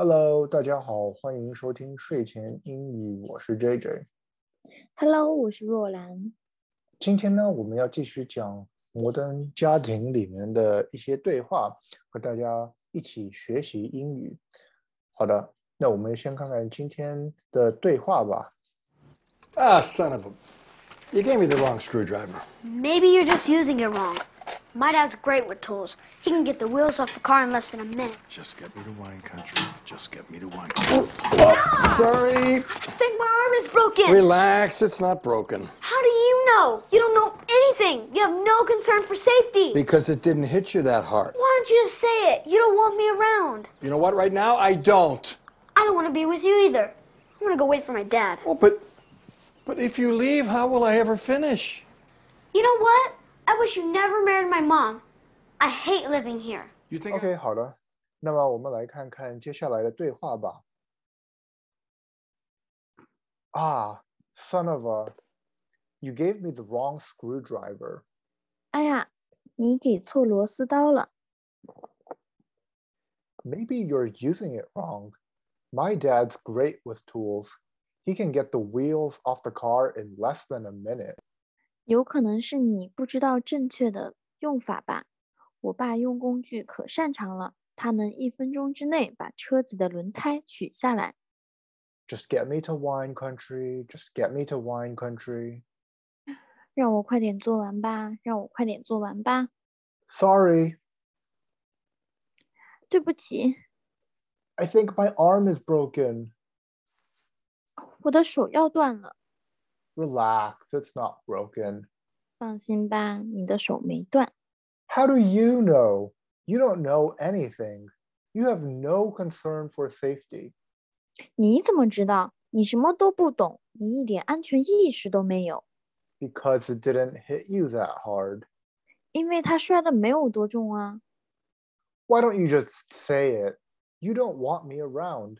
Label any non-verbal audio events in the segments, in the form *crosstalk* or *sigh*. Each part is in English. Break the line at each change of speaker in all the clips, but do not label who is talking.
Hello，大家好，欢迎收听睡前英语，我是 JJ。
Hello，我是若兰。
今天呢，我们要继续讲《摩登家庭》里面的一些对话，和大家一起学习英语。好的，那我们先看看今天的对话吧。
Ah, son of a. You gave me the wrong screwdriver.
Maybe you're just using it wrong. My dad's great with tools. He can get the wheels off the car in less than a minute.
Just get me to wine country. Just get me to wine
Oh, Sorry.
I think my arm is broken.
Relax, it's not broken.
How do you know? You don't know anything. You have no concern for safety.
Because it didn't hit you that hard.
Why don't you just say it? You don't want me around.
You know what, right now? I don't.
I don't want to be with you either. I want to go wait for my dad.
Oh, but. But if you leave, how will I ever finish?
You know what? I wish you never married my mom. I hate living here.
You think
OK，好了，那么我们来看看接下来的对话吧。啊，son of a，you gave me the wrong screwdriver。
哎呀，你给错螺丝刀了。
Maybe you're using it wrong. My dad's great with tools. He can get the wheels off the car in less than a minute.
有可能是你不知道正确的用法吧？我爸用工具可擅长了，他能一分钟之内把车子的轮胎取下来。
Just get me to wine country. Just get me to wine country.
让我快点做完吧，让我快点做完吧。
Sorry,
对不起，
I think my arm is broken.
我的手要断了。
Relax, it's not broken.
放心吧，你的手没断。
How do you know? You don't know anything. You have no concern for safety.
你怎么知道？你什么都不懂，你一点安全意识都没有。
Because it didn't hit you that hard.
因为他摔的没有多重啊。
Why don't you just say it? You don't want me around.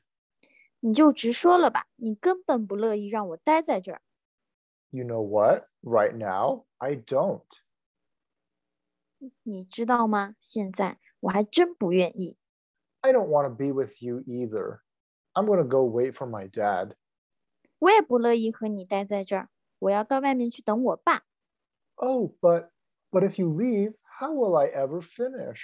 你就直说了吧，你根本不乐意让我待在这儿。
You know what? Right now, I don't.
你知道吗？现在我还真不愿意。
I don't want to be with you either. I'm going to go wait for my dad.
我也不乐意和你待在这儿，我要到外面去等我爸。
Oh, but but if you leave, how will I ever finish?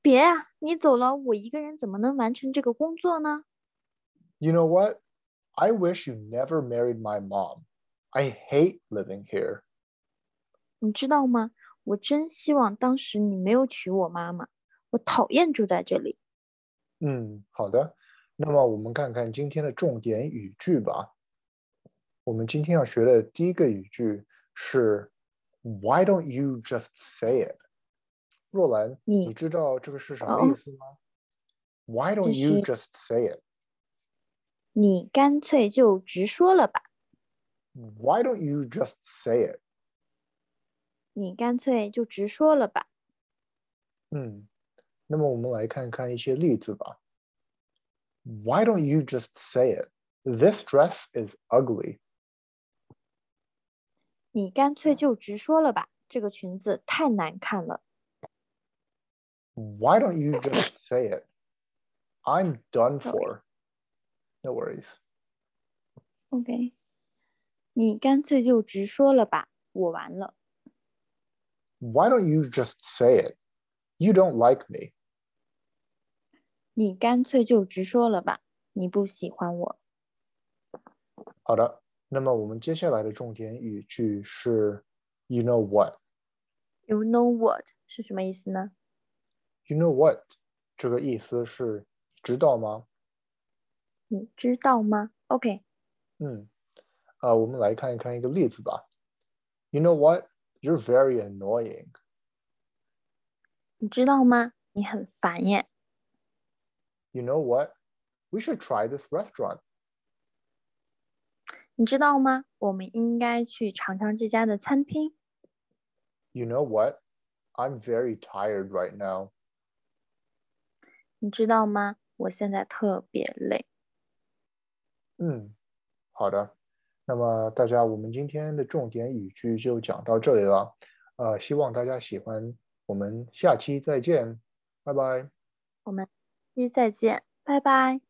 别啊，你走了，我一个人怎么能完成这个工作呢？
You know what? I wish you never married my mom. I hate living here.
你知道吗？我真希望当时你没有娶我妈妈，我讨厌住在这里。
嗯，Hmm, 好的。那么我们看看今天的重点语句吧。我们今天要学的第一个语句是 "Why don't you just say it？" 若兰，
你
你知道这个是什
哦
么意思吗？Why
就
don't you
是
just say it？
你干脆就直说了吧，
Why don't you just say it？
你干脆就直说了吧。
嗯，那么我们来看看一些例子吧。Why don't you just say it? This dress is ugly.
你干脆就直说了吧，这个裙子太难看了。
Why don't you
*coughs*
just say it? I'm done for. No worries.
OK，你干脆就直说了吧，我完了。
Why don't you just say it? You don't like me.
你干脆就直说了吧，你不喜欢我。
好的，那么我们接下来的重点语句是 You know what?
You know what 是什么意思呢？
You know what? 这个意思是知道吗？
你知道吗？OK，
嗯，呃，我们来看一看一个例子吧。You know what? You're very annoying.
你知道吗？你很烦耶。
You know what? We should try this restaurant.
你知道吗？我们应该去尝尝这家的餐厅。
You know what? I'm very tired right now.
你知道吗？我现在特别累。
嗯，好的。那么大家，我们今天的重点语句就讲到这里了。呃，希望大家喜欢。我们下期再见，拜拜。
我们下期再见，拜拜。